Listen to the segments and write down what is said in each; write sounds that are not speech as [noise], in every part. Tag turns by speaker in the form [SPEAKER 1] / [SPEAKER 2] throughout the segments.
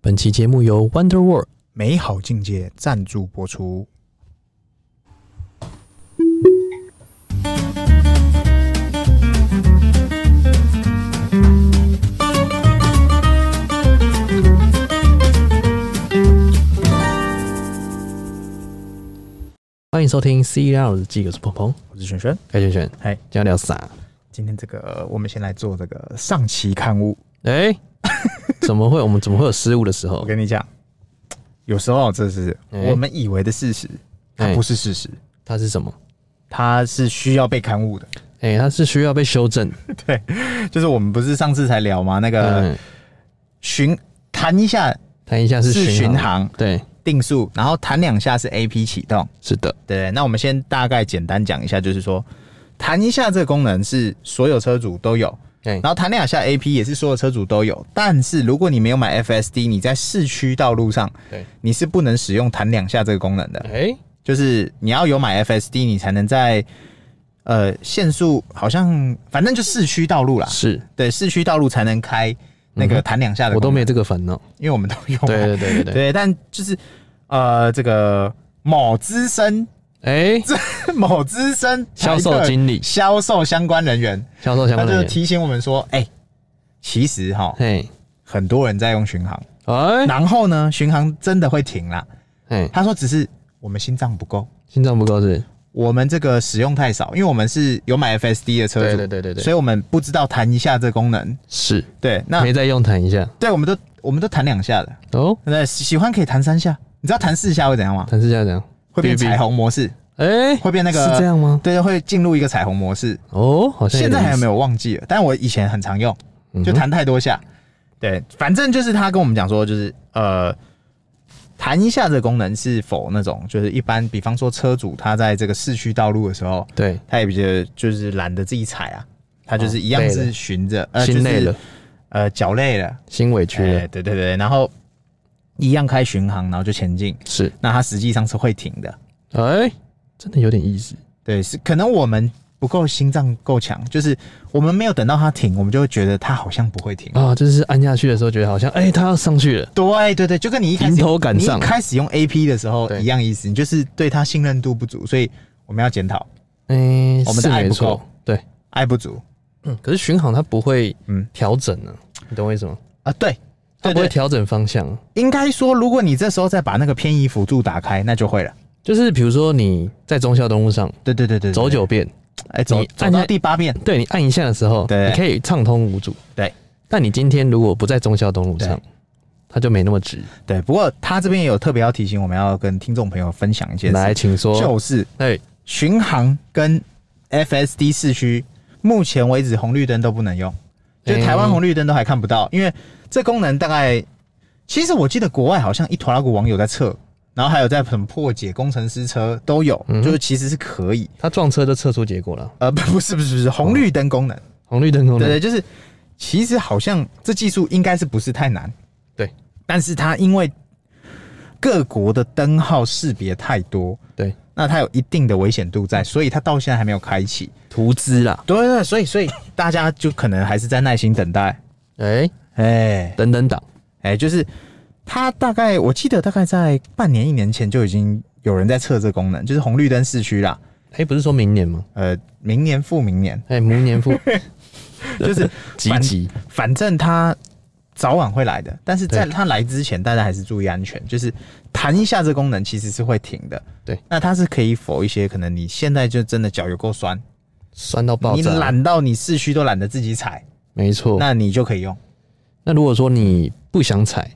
[SPEAKER 1] 本期节目由 Wonder World
[SPEAKER 2] 美好境界赞助播出。
[SPEAKER 1] 欢迎收听《C 料日记》，我是鹏鹏，
[SPEAKER 2] 我是璇璇，
[SPEAKER 1] 该轩轩，
[SPEAKER 2] 嗨
[SPEAKER 1] 哎今天聊啥？
[SPEAKER 2] 今天这个呃我们先来做这个上期刊物。
[SPEAKER 1] 哎、怎么会？ [laughs] 我们怎么会有失误的时
[SPEAKER 2] 我
[SPEAKER 1] 候？
[SPEAKER 2] 跟你讲，有时候这是
[SPEAKER 1] 哎
[SPEAKER 2] 我们以为的事实，它
[SPEAKER 1] 哎
[SPEAKER 2] 不是事实，
[SPEAKER 1] 它是什么？
[SPEAKER 2] 它是需要被刊物的。
[SPEAKER 1] 哎、它是需要被修正。
[SPEAKER 2] 就是我们不是上次才聊吗？那个
[SPEAKER 1] 哎嗯，
[SPEAKER 2] 巡弹一下
[SPEAKER 1] 谈一下是
[SPEAKER 2] 是巡
[SPEAKER 1] 巡航。
[SPEAKER 2] 航
[SPEAKER 1] 对，
[SPEAKER 2] 定速，然后弹两下是 A P 启动。
[SPEAKER 1] 是的，
[SPEAKER 2] 对，那我们先大概简单讲一下，就是说弹一下这个功能是所有车主都有，
[SPEAKER 1] 哎、
[SPEAKER 2] 然后弹两下 AP 也是所有车主都有，但是如果你没有买 FSD，你在市区道路上，
[SPEAKER 1] 对，
[SPEAKER 2] 你是不能使用弹两下这个功能的
[SPEAKER 1] 哎、，
[SPEAKER 2] 就是你要有买 FSD，你才能在呃限速，好像反正就市区道路啦，
[SPEAKER 1] 是
[SPEAKER 2] 对，市区道路才能开那个弹两下的
[SPEAKER 1] 嗯我
[SPEAKER 2] 功能，
[SPEAKER 1] 都没这个烦恼。
[SPEAKER 2] 因为我们都有买，
[SPEAKER 1] 对对对对对，
[SPEAKER 2] [laughs] 对，但就是呃这个某资深 [laughs]
[SPEAKER 1] 哎、
[SPEAKER 2] 某资深
[SPEAKER 1] 销售经理
[SPEAKER 2] 销售相关人员，
[SPEAKER 1] 销售相
[SPEAKER 2] 他
[SPEAKER 1] 关
[SPEAKER 2] 就
[SPEAKER 1] 人员，
[SPEAKER 2] 提醒我们说，哎、其实哈，
[SPEAKER 1] 嘿，
[SPEAKER 2] 很多人在用巡航，
[SPEAKER 1] 哎
[SPEAKER 2] 然后呢，巡航真的会停啦。
[SPEAKER 1] 哎，
[SPEAKER 2] 他说只是我们心脏不够，
[SPEAKER 1] 心脏不够是不是？
[SPEAKER 2] 我们这个使用太少，因为我们是有买 FSD 的车主，
[SPEAKER 1] 对对对对
[SPEAKER 2] 所
[SPEAKER 1] 对，
[SPEAKER 2] 以我们不知道弹一下这功能。
[SPEAKER 1] 是
[SPEAKER 2] 对，那
[SPEAKER 1] 没再用弹一下
[SPEAKER 2] 对我们都我们都弹两下的，
[SPEAKER 1] 哦，
[SPEAKER 2] 那喜欢可以弹三下，你知道弹四下会怎样吗？
[SPEAKER 1] 弹是这样讲，
[SPEAKER 2] 会变
[SPEAKER 1] 哔哔
[SPEAKER 2] 彩虹模式，
[SPEAKER 1] 哎、
[SPEAKER 2] 会变那个
[SPEAKER 1] 是这样吗？
[SPEAKER 2] 对，会进入一个彩虹模式。
[SPEAKER 1] 哦，好像
[SPEAKER 2] 现在还有没
[SPEAKER 1] 有
[SPEAKER 2] 有忘记了？但我以前很常用。
[SPEAKER 1] 点意思？
[SPEAKER 2] 就
[SPEAKER 1] 嗯哼
[SPEAKER 2] 弹太多下。对，反正就是他跟我们讲说，就是呃，弹一下这个功能是否那种，就是一般，比方说车主他在这个市区道路的时候，
[SPEAKER 1] 对，
[SPEAKER 2] 他也比较就是懒得自己踩啊，他就是一样
[SPEAKER 1] 哦累
[SPEAKER 2] 是
[SPEAKER 1] 了
[SPEAKER 2] 循着，呃，
[SPEAKER 1] 心累
[SPEAKER 2] 就
[SPEAKER 1] 了
[SPEAKER 2] 是，呃，脚累了，
[SPEAKER 1] 心委屈了，
[SPEAKER 2] 哎对对对，然后一样开巡航，然后就前进。
[SPEAKER 1] 是，
[SPEAKER 2] 那它实际上是会停的，
[SPEAKER 1] 哎、真的有点意思，
[SPEAKER 2] 对，是可能我们不够心脏够强，就是我们没有等到它停，我们就会觉得它好像不会停。
[SPEAKER 1] 啊，就是按下去的时候觉得好像，哎、它要上去了，
[SPEAKER 2] 对对对，就跟你一开始
[SPEAKER 1] 迎头赶上
[SPEAKER 2] 你一开始用 A P 的时候
[SPEAKER 1] 对
[SPEAKER 2] 一样意思，你就是对它信任度不足，所以我们要检讨
[SPEAKER 1] 哎、
[SPEAKER 2] 我们的
[SPEAKER 1] 是
[SPEAKER 2] 爱
[SPEAKER 1] 没
[SPEAKER 2] 不
[SPEAKER 1] 错
[SPEAKER 2] 够，
[SPEAKER 1] 对，
[SPEAKER 2] 爱不足
[SPEAKER 1] 嗯，可是巡航它不会
[SPEAKER 2] 嗯
[SPEAKER 1] 调整呢、你懂我意思吗？
[SPEAKER 2] 啊。对，
[SPEAKER 1] 它
[SPEAKER 2] 对
[SPEAKER 1] 不会
[SPEAKER 2] 对，
[SPEAKER 1] 调整方向，啊
[SPEAKER 2] 应该说，如果你这时候再把那个偏移辅助打开，那就会了。
[SPEAKER 1] 就是比如说你在忠孝东路上
[SPEAKER 2] 对对对对，对
[SPEAKER 1] 走，九遍，
[SPEAKER 2] 哎，走
[SPEAKER 1] 你
[SPEAKER 2] 走
[SPEAKER 1] 按
[SPEAKER 2] 到
[SPEAKER 1] 下
[SPEAKER 2] 第八遍，
[SPEAKER 1] 对你按一下的时候，
[SPEAKER 2] 对
[SPEAKER 1] 你可以畅通无阻，
[SPEAKER 2] 对
[SPEAKER 1] 但你今天如果不在忠孝东路上
[SPEAKER 2] 对，
[SPEAKER 1] 它就没那么直。
[SPEAKER 2] 对。不过他这边也有特别要提醒，我们要跟听众朋友分享一件
[SPEAKER 1] 来，
[SPEAKER 2] 事，
[SPEAKER 1] 请说
[SPEAKER 2] 就。是
[SPEAKER 1] 哎，
[SPEAKER 2] 巡航跟 F S D 市区，目前为止红绿灯都不能用，就
[SPEAKER 1] 哎
[SPEAKER 2] 台湾红绿灯都还看不到，因为这功能大概，其实我记得国外好像一坨拉古网友在测，然后还有在什么破解工程师车都有，
[SPEAKER 1] 嗯
[SPEAKER 2] 就是其实是可以，
[SPEAKER 1] 它撞车就测出结果了，
[SPEAKER 2] 呃， [laughs] 不不是不是不是红绿灯功能，
[SPEAKER 1] 红绿灯功
[SPEAKER 2] 对
[SPEAKER 1] 能
[SPEAKER 2] 对，就是其实好像这技术应该是不是太难，
[SPEAKER 1] 对，
[SPEAKER 2] 但是它因为各国的灯号识别太多，
[SPEAKER 1] 对，
[SPEAKER 2] 那它有一定的危险度在，所以它到现在还没有开启。
[SPEAKER 1] 图资啦。
[SPEAKER 2] 对对，所以所以大家就可能还是在耐心等待。
[SPEAKER 1] 哎，
[SPEAKER 2] 哎、
[SPEAKER 1] 等等党，
[SPEAKER 2] 哎、就是它大概我记得大概在半年一年前就已经有人在测这功能，就是红绿灯市区啦。
[SPEAKER 1] 哎，不是说明年吗？
[SPEAKER 2] 呃，明年复明
[SPEAKER 1] [laughs]
[SPEAKER 2] 年，
[SPEAKER 1] 哎，明年
[SPEAKER 2] [laughs]
[SPEAKER 1] 复
[SPEAKER 2] 就是
[SPEAKER 1] 积
[SPEAKER 2] 反
[SPEAKER 1] 极，
[SPEAKER 2] 反正它早晚会来的。但是在
[SPEAKER 1] 对
[SPEAKER 2] 它来之前，大家还是注意安全。就是弹一下这功能其实是会停的。
[SPEAKER 1] 对，
[SPEAKER 2] 那它是可以否一些可能你现在就真的脚有够酸，
[SPEAKER 1] 酸到爆
[SPEAKER 2] 你
[SPEAKER 1] 炸。哦
[SPEAKER 2] 懒到你市区都懒得自己踩，
[SPEAKER 1] 没错。
[SPEAKER 2] 那你就可以用。
[SPEAKER 1] 那如果说你不想踩，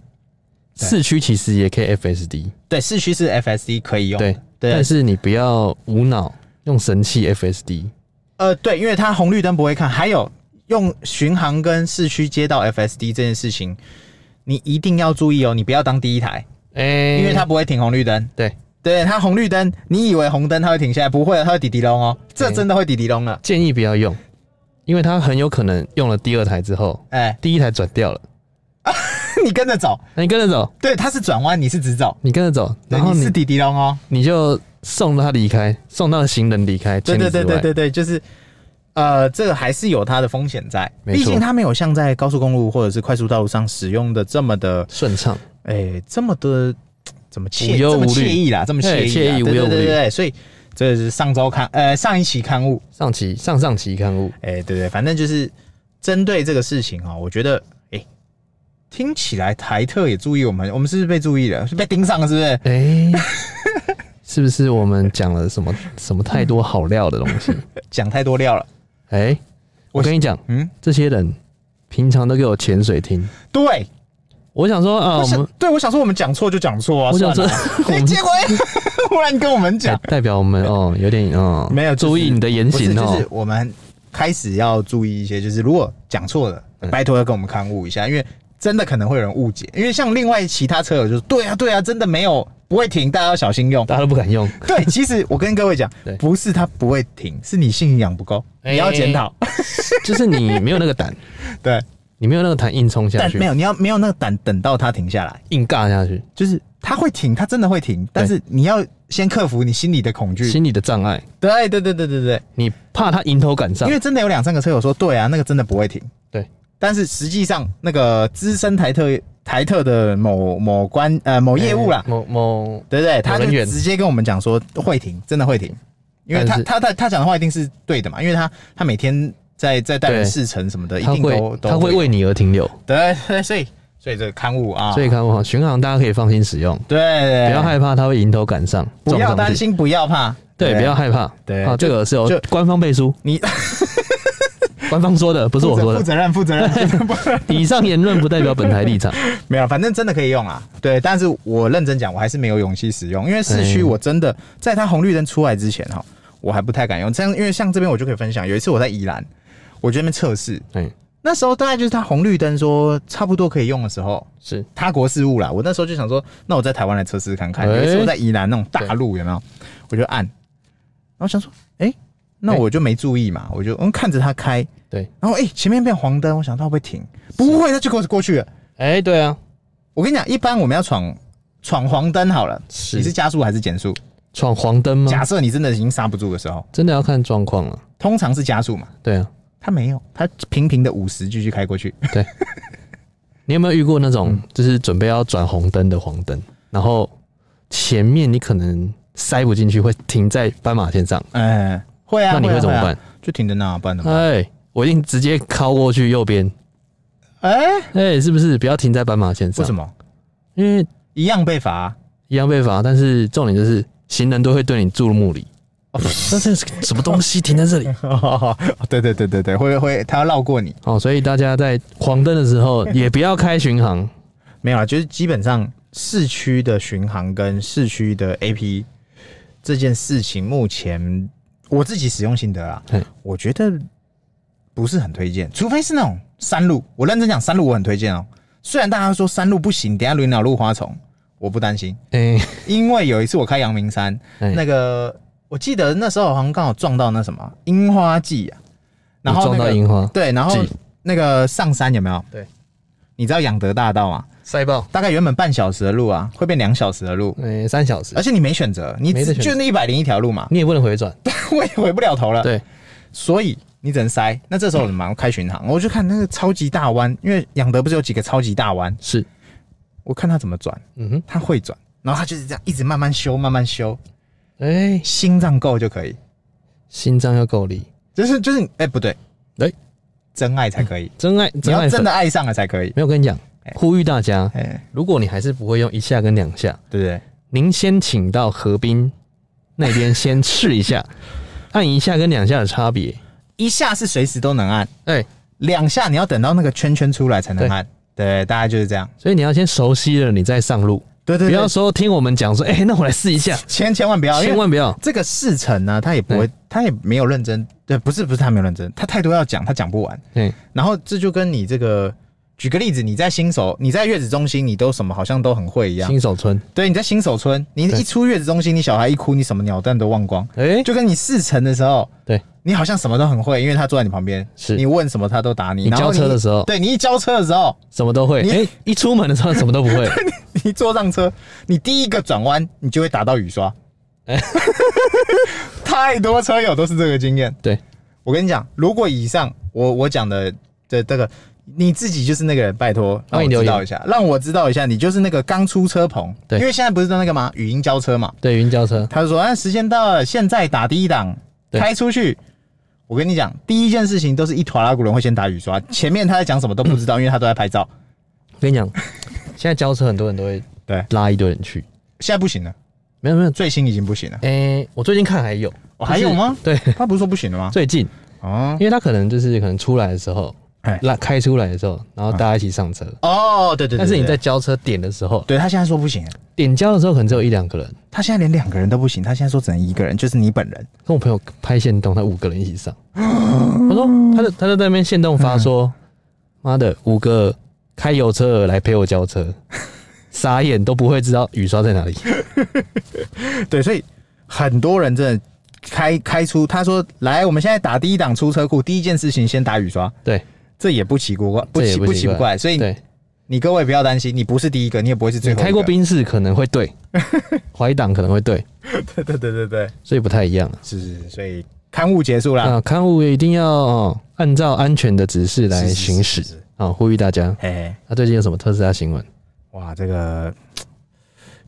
[SPEAKER 2] 对
[SPEAKER 1] 市区其实也可以 FSD，
[SPEAKER 2] 对，市区是 FSD 可以用的。
[SPEAKER 1] 对，但是你不要无脑用神器 FSD。
[SPEAKER 2] 呃，对，因为它红绿灯不会看，还有用巡航跟市区街道 FSD 这件事情，你一定要注意哦，你不要当第一台，
[SPEAKER 1] 哎，
[SPEAKER 2] 因为它不会停红绿灯。
[SPEAKER 1] 对
[SPEAKER 2] 对，它红绿灯，你以为红灯它会停下来，不会，它会滴滴隆哦，这
[SPEAKER 1] 哎
[SPEAKER 2] 真的会滴滴隆了。
[SPEAKER 1] 建议不要用，因为它很有可能用了第二台之后，
[SPEAKER 2] 哎、 [laughs]
[SPEAKER 1] 第一台转掉了，
[SPEAKER 2] 你跟着走，
[SPEAKER 1] 那你跟着走，
[SPEAKER 2] 对，它是转弯，你是直走，
[SPEAKER 1] 你跟着走，
[SPEAKER 2] 对
[SPEAKER 1] 然后
[SPEAKER 2] 你
[SPEAKER 1] 你
[SPEAKER 2] 是滴滴隆哦。
[SPEAKER 1] 你就送他离开，送到行人离开，千
[SPEAKER 2] 对对
[SPEAKER 1] 里之
[SPEAKER 2] 对对
[SPEAKER 1] 外
[SPEAKER 2] 对对，就是。呃，这个还是有它的风险在，
[SPEAKER 1] 没错
[SPEAKER 2] 毕竟它没有像在高速公路或者是快速道路上使用的这么的
[SPEAKER 1] 顺畅，
[SPEAKER 2] 哎、这么的怎么
[SPEAKER 1] 无
[SPEAKER 2] 惬
[SPEAKER 1] 忧
[SPEAKER 2] 这么
[SPEAKER 1] 无虑
[SPEAKER 2] 惬意啦，这么惬
[SPEAKER 1] 对
[SPEAKER 2] 意啦，
[SPEAKER 1] 惬意
[SPEAKER 2] 对
[SPEAKER 1] 无忧无
[SPEAKER 2] 对
[SPEAKER 1] 虑
[SPEAKER 2] 对对对，所以这是上周刊呃上一期刊物，
[SPEAKER 1] 上期上上期刊物，
[SPEAKER 2] 哎、对对，反正就是针对这个事情哈、我觉得哎、听起来台特也注意我们，我们是不是被注意了？是被盯上了是不是？
[SPEAKER 1] 哎、是不是我们讲了什么什么太多好料的东西？
[SPEAKER 2] 讲太多料了，
[SPEAKER 1] 哎、
[SPEAKER 2] 嗯我
[SPEAKER 1] 我跟你讲，
[SPEAKER 2] 嗯，
[SPEAKER 1] 这些人平常都给我潜水听，
[SPEAKER 2] 对，
[SPEAKER 1] 我想说啊，
[SPEAKER 2] 我
[SPEAKER 1] 我
[SPEAKER 2] 想
[SPEAKER 1] 们
[SPEAKER 2] 对我想说我们讲错就讲错啊，
[SPEAKER 1] [laughs] 我想
[SPEAKER 2] 算了啊你结果忽然跟我们
[SPEAKER 1] 哎
[SPEAKER 2] 讲，
[SPEAKER 1] 代表我们哦，有点哦，
[SPEAKER 2] 没有就是
[SPEAKER 1] 注意你的言
[SPEAKER 2] 不是，
[SPEAKER 1] 行
[SPEAKER 2] 就
[SPEAKER 1] 哦。
[SPEAKER 2] 是我们开始要注意一些，就是如果讲错了，
[SPEAKER 1] 嗯
[SPEAKER 2] 拜托要跟我们刊物一下，因为真的可能会有人误解。因为像另外其他车友就是，对啊对啊，真的没有不会停，大家要小心用。
[SPEAKER 1] 大家都不敢
[SPEAKER 2] [laughs]
[SPEAKER 1] 用，
[SPEAKER 2] 对，其实我跟各位讲
[SPEAKER 1] [laughs] 对，
[SPEAKER 2] 不是他不会停，是你信仰不够，
[SPEAKER 1] 哎
[SPEAKER 2] 你要检
[SPEAKER 1] [laughs]
[SPEAKER 2] 讨。
[SPEAKER 1] 就是你没有那个胆，
[SPEAKER 2] 对，
[SPEAKER 1] 你没有那个胆硬冲下
[SPEAKER 2] 但
[SPEAKER 1] 去
[SPEAKER 2] 没，有，你要没有那个胆等到他停下来，
[SPEAKER 1] 硬尬下去，
[SPEAKER 2] 就是他会停，他真的会停，但是你要先克服你心里的恐惧。
[SPEAKER 1] 心理的障碍，
[SPEAKER 2] 对对对对对对，
[SPEAKER 1] 你怕他迎头赶上
[SPEAKER 2] 因，为真的有两三个车友说，对啊，那个真的不会停。
[SPEAKER 1] 对，
[SPEAKER 2] 但是实际上，那个资深台特台特的某某关呃某业务啦，
[SPEAKER 1] 哎某某
[SPEAKER 2] 对不对？他就
[SPEAKER 1] 人员
[SPEAKER 2] 直接跟我们讲说会停，真的会停，因为
[SPEAKER 1] 但
[SPEAKER 2] 他
[SPEAKER 1] 是
[SPEAKER 2] 他他他讲的话一定是对的嘛，因为他他每天在在带人
[SPEAKER 1] 对
[SPEAKER 2] 事成什么的，一
[SPEAKER 1] 他
[SPEAKER 2] 定都
[SPEAKER 1] 会
[SPEAKER 2] 都
[SPEAKER 1] 他会为你而停留，
[SPEAKER 2] 对对，所以所以这个刊物啊，
[SPEAKER 1] 所以看我巡航大家可以放心使用，
[SPEAKER 2] 对
[SPEAKER 1] 不
[SPEAKER 2] 对
[SPEAKER 1] 要害怕他会迎头赶上，
[SPEAKER 2] 哎不
[SPEAKER 1] 撞
[SPEAKER 2] 要
[SPEAKER 1] 上
[SPEAKER 2] 担
[SPEAKER 1] 去
[SPEAKER 2] 心，不要怕，
[SPEAKER 1] 对，不要害怕，
[SPEAKER 2] 对
[SPEAKER 1] 啊，这
[SPEAKER 2] 就
[SPEAKER 1] 个是由
[SPEAKER 2] 就
[SPEAKER 1] 官方背书，
[SPEAKER 2] 你
[SPEAKER 1] [laughs] 官方说的，不
[SPEAKER 2] 不
[SPEAKER 1] 是我说
[SPEAKER 2] 负
[SPEAKER 1] 的，
[SPEAKER 2] 责任，负责任，负责任。
[SPEAKER 1] 以上言论不代表本台立
[SPEAKER 2] [laughs]
[SPEAKER 1] 场，
[SPEAKER 2] 没有，反正真的可以用啊。对，但是我认真讲，我还是没有勇气使用，因为市区
[SPEAKER 1] 嗯
[SPEAKER 2] 我真的在它红绿灯出来之前哈，我还不太敢用。这样，因为像这边我就可以分享，有一次我在宜兰，我去那边测试，
[SPEAKER 1] 哎，
[SPEAKER 2] 那时候大概就是它红绿灯说差不多可以用的时候，
[SPEAKER 1] 是
[SPEAKER 2] 他国事务啦。我那时候就想说，那我在台湾来测试看看。
[SPEAKER 1] 哎
[SPEAKER 2] 有一次我在宜兰那种大路有没有，我就按，然后想说，哎、那我就没注意嘛，我就嗯看着它开，
[SPEAKER 1] 对，
[SPEAKER 2] 然后哎、前面变黄灯，我想它会不会停？不会，它就给我过去了。
[SPEAKER 1] 哎，对啊，
[SPEAKER 2] 我跟你讲，一般我们要闯闯黄灯好了，你是
[SPEAKER 1] 是嗯
[SPEAKER 2] 加速还是减速？
[SPEAKER 1] 闯黄灯吗？
[SPEAKER 2] 假设你真的已经刹不住的时候，
[SPEAKER 1] 真的要看状况了，
[SPEAKER 2] 通常是加速嘛。
[SPEAKER 1] 对啊，
[SPEAKER 2] 他没有，他平平的五十继续开
[SPEAKER 1] [laughs]
[SPEAKER 2] 过去。
[SPEAKER 1] 你有没有遇过那
[SPEAKER 2] 嗯
[SPEAKER 1] 种就是准备要转红灯的黄灯，然后前面你可能塞不进去，会停在斑马线上，
[SPEAKER 2] 嗯、会啊，
[SPEAKER 1] 那你
[SPEAKER 2] 啊
[SPEAKER 1] 会怎么？
[SPEAKER 2] 啊
[SPEAKER 1] 办？
[SPEAKER 2] 就停在那，不
[SPEAKER 1] [laughs]
[SPEAKER 2] 然怎么办？
[SPEAKER 1] 哎，我一定直接靠过去右边，
[SPEAKER 2] 哎、
[SPEAKER 1] 哎，是不是？不要停在斑马线上，
[SPEAKER 2] 为什？么？
[SPEAKER 1] 因为
[SPEAKER 2] 一样被罚啊、
[SPEAKER 1] 一样被罚，但是重点就是行人都会对你注目礼。哦，那这是什么东西停在
[SPEAKER 2] [laughs]
[SPEAKER 1] 这里？ [laughs]
[SPEAKER 2] 哦，对对对对对，会会，他要绕过你。
[SPEAKER 1] 哦，所以大家在黄灯的时候也不要开巡
[SPEAKER 2] [laughs]
[SPEAKER 1] 航。
[SPEAKER 2] 没有啊，就是基本上市区的巡航跟市区的 AP 这件事情，目前我自己使用心得啊
[SPEAKER 1] 嘿，
[SPEAKER 2] 我觉得不是很推荐，除非是那种山路。我认真讲，山路我很推荐哦。虽然大家说山路不行，等一下轮鸟路花丛，我不担心，
[SPEAKER 1] 哎、
[SPEAKER 2] 因为有一次我开阳明山，
[SPEAKER 1] 哎
[SPEAKER 2] 那个我记得那时候好像刚好撞到那什么樱花季啊，然
[SPEAKER 1] 我
[SPEAKER 2] 后、那
[SPEAKER 1] 撞
[SPEAKER 2] 个、
[SPEAKER 1] 到樱花，
[SPEAKER 2] 对，然后
[SPEAKER 1] 自己
[SPEAKER 2] 那个上山有没有？
[SPEAKER 1] 对，
[SPEAKER 2] 你知道养德大道吗？
[SPEAKER 1] 塞爆，
[SPEAKER 2] 大概原本半小时的路啊，会变两小时的路，
[SPEAKER 1] 哎、三小时
[SPEAKER 2] 而，且你没选择，你
[SPEAKER 1] 没
[SPEAKER 2] 只
[SPEAKER 1] 得选择
[SPEAKER 2] 就那一百零一条路嘛， [laughs]
[SPEAKER 1] 你也不能回转。
[SPEAKER 2] 我也回不了头了。，
[SPEAKER 1] 对，
[SPEAKER 2] 所以你只能塞。那这时候我忙开巡航，我就看那个超级大弯，因为养德不是有几个超级大弯，
[SPEAKER 1] 是，
[SPEAKER 2] 我看他怎么转，
[SPEAKER 1] 嗯哼，
[SPEAKER 2] 他会转，然后他就是这样一直慢慢修，慢慢修，
[SPEAKER 1] 哎、
[SPEAKER 2] 心脏够就可以。
[SPEAKER 1] 心脏要够力，
[SPEAKER 2] 就是就是，哎、不对，
[SPEAKER 1] 哎
[SPEAKER 2] 真爱才可以，
[SPEAKER 1] 真爱，
[SPEAKER 2] 你
[SPEAKER 1] 真
[SPEAKER 2] 要
[SPEAKER 1] 爱
[SPEAKER 2] 真
[SPEAKER 1] 粉。
[SPEAKER 2] 的爱上了才可以。
[SPEAKER 1] 没有跟你讲
[SPEAKER 2] 哎，
[SPEAKER 1] 呼吁大家，
[SPEAKER 2] 哎、
[SPEAKER 1] 如果你还是不会用一下跟两下，
[SPEAKER 2] 对不对？
[SPEAKER 1] 您先请到河滨那边先试一
[SPEAKER 2] [laughs]
[SPEAKER 1] 下，按一下跟两下的差别。
[SPEAKER 2] 一下是随时都能按，
[SPEAKER 1] 哎、
[SPEAKER 2] 两下你要等到那个圈圈出来才能
[SPEAKER 1] 对
[SPEAKER 2] 按。对，大概就是这样。
[SPEAKER 1] 所以你要先熟悉了，你再上路。
[SPEAKER 2] 对对
[SPEAKER 1] 不
[SPEAKER 2] 对
[SPEAKER 1] 要，说听我们讲说，哎、那我来试一下，
[SPEAKER 2] 千千万不要，因
[SPEAKER 1] 千
[SPEAKER 2] 为
[SPEAKER 1] 万不要。
[SPEAKER 2] 这个事成呢，他也不会，他也没有认真。对，不是不是他没有认真，他太多要讲，他讲不完。
[SPEAKER 1] 嗯，
[SPEAKER 2] 然后这就跟你这个，举个例子，你在新手，你在月子中心，你都什么好像都很会一样。
[SPEAKER 1] 新手村，
[SPEAKER 2] 对，你啊在新手村，你
[SPEAKER 1] 对
[SPEAKER 2] 一出月子中心，你小孩一哭，你什么鸟蛋都忘光。
[SPEAKER 1] 哎、
[SPEAKER 2] 就跟你事成的时候，
[SPEAKER 1] 对
[SPEAKER 2] 你好像什么都很会，因为他坐在你旁边，
[SPEAKER 1] 是
[SPEAKER 2] 你问什么他都答你。
[SPEAKER 1] 你
[SPEAKER 2] 然后
[SPEAKER 1] 交车的时候
[SPEAKER 2] 对你一交车的时候，
[SPEAKER 1] 什么都会。
[SPEAKER 2] 你
[SPEAKER 1] 哎、一出门的
[SPEAKER 2] [laughs]
[SPEAKER 1] 时候什么都不会。
[SPEAKER 2] 你坐上车，你第一个转弯，你就会打到雨刷。
[SPEAKER 1] 哎
[SPEAKER 2] [laughs] 太多车友都是这个经验。
[SPEAKER 1] 对，
[SPEAKER 2] 我跟你讲，如果以上我我讲的这这个你自己就是那个人，拜托
[SPEAKER 1] 欢
[SPEAKER 2] 让我
[SPEAKER 1] 迎留
[SPEAKER 2] 知道
[SPEAKER 1] 言
[SPEAKER 2] 一下，让我知道一下，你就是那个刚出车棚，
[SPEAKER 1] 对
[SPEAKER 2] 因为现在不是都那个吗？语音交车嘛，
[SPEAKER 1] 对，云霄车，
[SPEAKER 2] 他就说，啊，时间到了，现在打第一档，
[SPEAKER 1] 对
[SPEAKER 2] 开出去。我跟你讲，第一件事情都是一坨拉古人会先打雨刷，前面他在讲什么都不知道，因为他都在拍照。
[SPEAKER 1] 我跟你讲，现在交车很多人都会
[SPEAKER 2] 对
[SPEAKER 1] 拉一堆人去，
[SPEAKER 2] 现在不行了，
[SPEAKER 1] 没有没有，
[SPEAKER 2] 最新已经不行了。
[SPEAKER 1] 哎、我最近看还有，
[SPEAKER 2] 哦还有吗
[SPEAKER 1] 就是对，
[SPEAKER 2] 他不是说不行了吗？
[SPEAKER 1] 最近，
[SPEAKER 2] 哦
[SPEAKER 1] 因为他可能就是可能出来的时候
[SPEAKER 2] 哎，
[SPEAKER 1] 拉开出来的时候，然后大家一起上车，
[SPEAKER 2] 哦，对对对，
[SPEAKER 1] 但是你
[SPEAKER 2] 对
[SPEAKER 1] 在交车点的时候，
[SPEAKER 2] 对他现在说不行，
[SPEAKER 1] 点交的时候可能只有一两个人，
[SPEAKER 2] 他现在连两个人都不行，他现在说只能一个人，就是你本人。
[SPEAKER 1] 跟我朋友拍线动，他五个人一起
[SPEAKER 2] [gasps]
[SPEAKER 1] 上。我说，他就他就在那边线动发
[SPEAKER 2] 嗯
[SPEAKER 1] 说，妈的，五个开油车的来陪我交
[SPEAKER 2] [laughs]
[SPEAKER 1] 车，傻眼都不会知道雨刷在哪里。
[SPEAKER 2] 对，所以很多人真的开开出，他说来，我们现在打第一档出车库，第一件事情先打雨刷，
[SPEAKER 1] 对，
[SPEAKER 2] 这也不奇怪，不
[SPEAKER 1] 这也
[SPEAKER 2] 奇不奇不怪。所以
[SPEAKER 1] 对，
[SPEAKER 2] 你各位不要担心，你不是第一个，你也不会是最
[SPEAKER 1] 你
[SPEAKER 2] 后一个。
[SPEAKER 1] 开过宾士可能会
[SPEAKER 2] [laughs]
[SPEAKER 1] 对，怀档可能会对，
[SPEAKER 2] 对对对对对，
[SPEAKER 1] 所以不太一样啊。
[SPEAKER 2] 是是，是所以刊物结束啦。
[SPEAKER 1] 啊，刊物也一定要哦按照安全的指示来
[SPEAKER 2] 是是
[SPEAKER 1] 行驶
[SPEAKER 2] 是是
[SPEAKER 1] 啊，呼吁大家。
[SPEAKER 2] 哎、嘿
[SPEAKER 1] 那最近有什么特斯拉新闻？
[SPEAKER 2] 哇，这个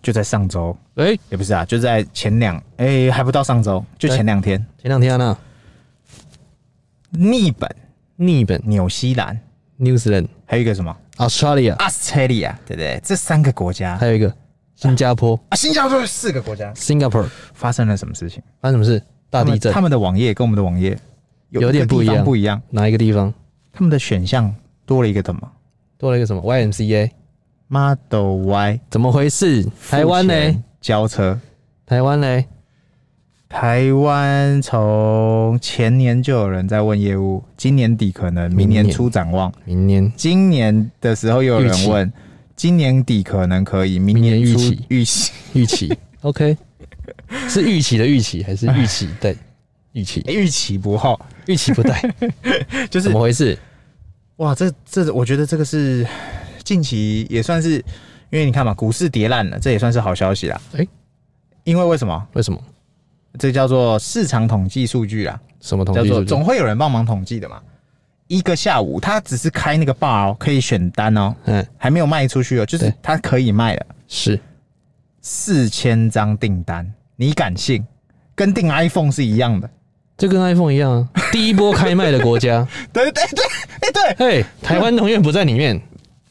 [SPEAKER 2] 就在上周，
[SPEAKER 1] 哎，
[SPEAKER 2] 也不是啊，就在前两，哎、还不到上周，就
[SPEAKER 1] 对
[SPEAKER 2] 前两天，
[SPEAKER 1] 前两天啊那
[SPEAKER 2] 日本、
[SPEAKER 1] 日本
[SPEAKER 2] 纽西兰，
[SPEAKER 1] New Zealand、
[SPEAKER 2] 还有一个什么
[SPEAKER 1] Australia，
[SPEAKER 2] Australia，对不对？这三个国家
[SPEAKER 1] 还有一个新加坡
[SPEAKER 2] 啊，新加坡四个国家
[SPEAKER 1] Singapore。
[SPEAKER 2] 发生了什么事情？
[SPEAKER 1] 发生什么事？大
[SPEAKER 2] 他
[SPEAKER 1] 地
[SPEAKER 2] 们
[SPEAKER 1] 震
[SPEAKER 2] 他，们的网页跟我们的网页有
[SPEAKER 1] 有点
[SPEAKER 2] 一个
[SPEAKER 1] 不一
[SPEAKER 2] 地方
[SPEAKER 1] 样
[SPEAKER 2] 不一样。
[SPEAKER 1] 哪一个地方
[SPEAKER 2] 他们的选项多了一个什么
[SPEAKER 1] 多了一个什么 YMCA？
[SPEAKER 2] ？Model Y，
[SPEAKER 1] 怎么回事？台湾
[SPEAKER 2] 付
[SPEAKER 1] 嘞
[SPEAKER 2] 钱？交车，
[SPEAKER 1] 台湾嘞？
[SPEAKER 2] 台湾从前年就有人在问业务，今年底可能，
[SPEAKER 1] 明
[SPEAKER 2] 明
[SPEAKER 1] 年
[SPEAKER 2] 年初展望。
[SPEAKER 1] 明年
[SPEAKER 2] 今年的时候又有
[SPEAKER 1] 预期
[SPEAKER 2] 人问，今年底可能可以，明
[SPEAKER 1] 年
[SPEAKER 2] 年
[SPEAKER 1] 预
[SPEAKER 2] 初
[SPEAKER 1] 期
[SPEAKER 2] 预期。 [laughs]
[SPEAKER 1] 预期 [laughs] OK？是预期的预期还是预期对？预期
[SPEAKER 2] 预期不好，
[SPEAKER 1] 预期 [laughs] 不对，
[SPEAKER 2] 就是
[SPEAKER 1] 怎么回事？
[SPEAKER 2] 哇，这这，我觉得这个是近期也算是，因为你看嘛，股市跌烂了，这也算是好消息啦。
[SPEAKER 1] 诶
[SPEAKER 2] 因为为什么？
[SPEAKER 1] 为什么？
[SPEAKER 2] 这叫做市场统计数据啦，
[SPEAKER 1] 什么统
[SPEAKER 2] 叫
[SPEAKER 1] 计
[SPEAKER 2] 做
[SPEAKER 1] 数据？
[SPEAKER 2] 总会有人帮忙统计的嘛。一个下午，他只是开那个 bar 哦，可以选单哦，
[SPEAKER 1] 嗯，
[SPEAKER 2] 还没有卖出去哦，就是
[SPEAKER 1] 对
[SPEAKER 2] 他可以卖的
[SPEAKER 1] 是
[SPEAKER 2] 四千张订单，你敢信？跟订 iPhone 是一样的，
[SPEAKER 1] 就跟 iPhone 一样啊，第一波开卖的国家，
[SPEAKER 2] 对对对，哎
[SPEAKER 1] [laughs]
[SPEAKER 2] 对，
[SPEAKER 1] 嘿，台湾永远不在里面。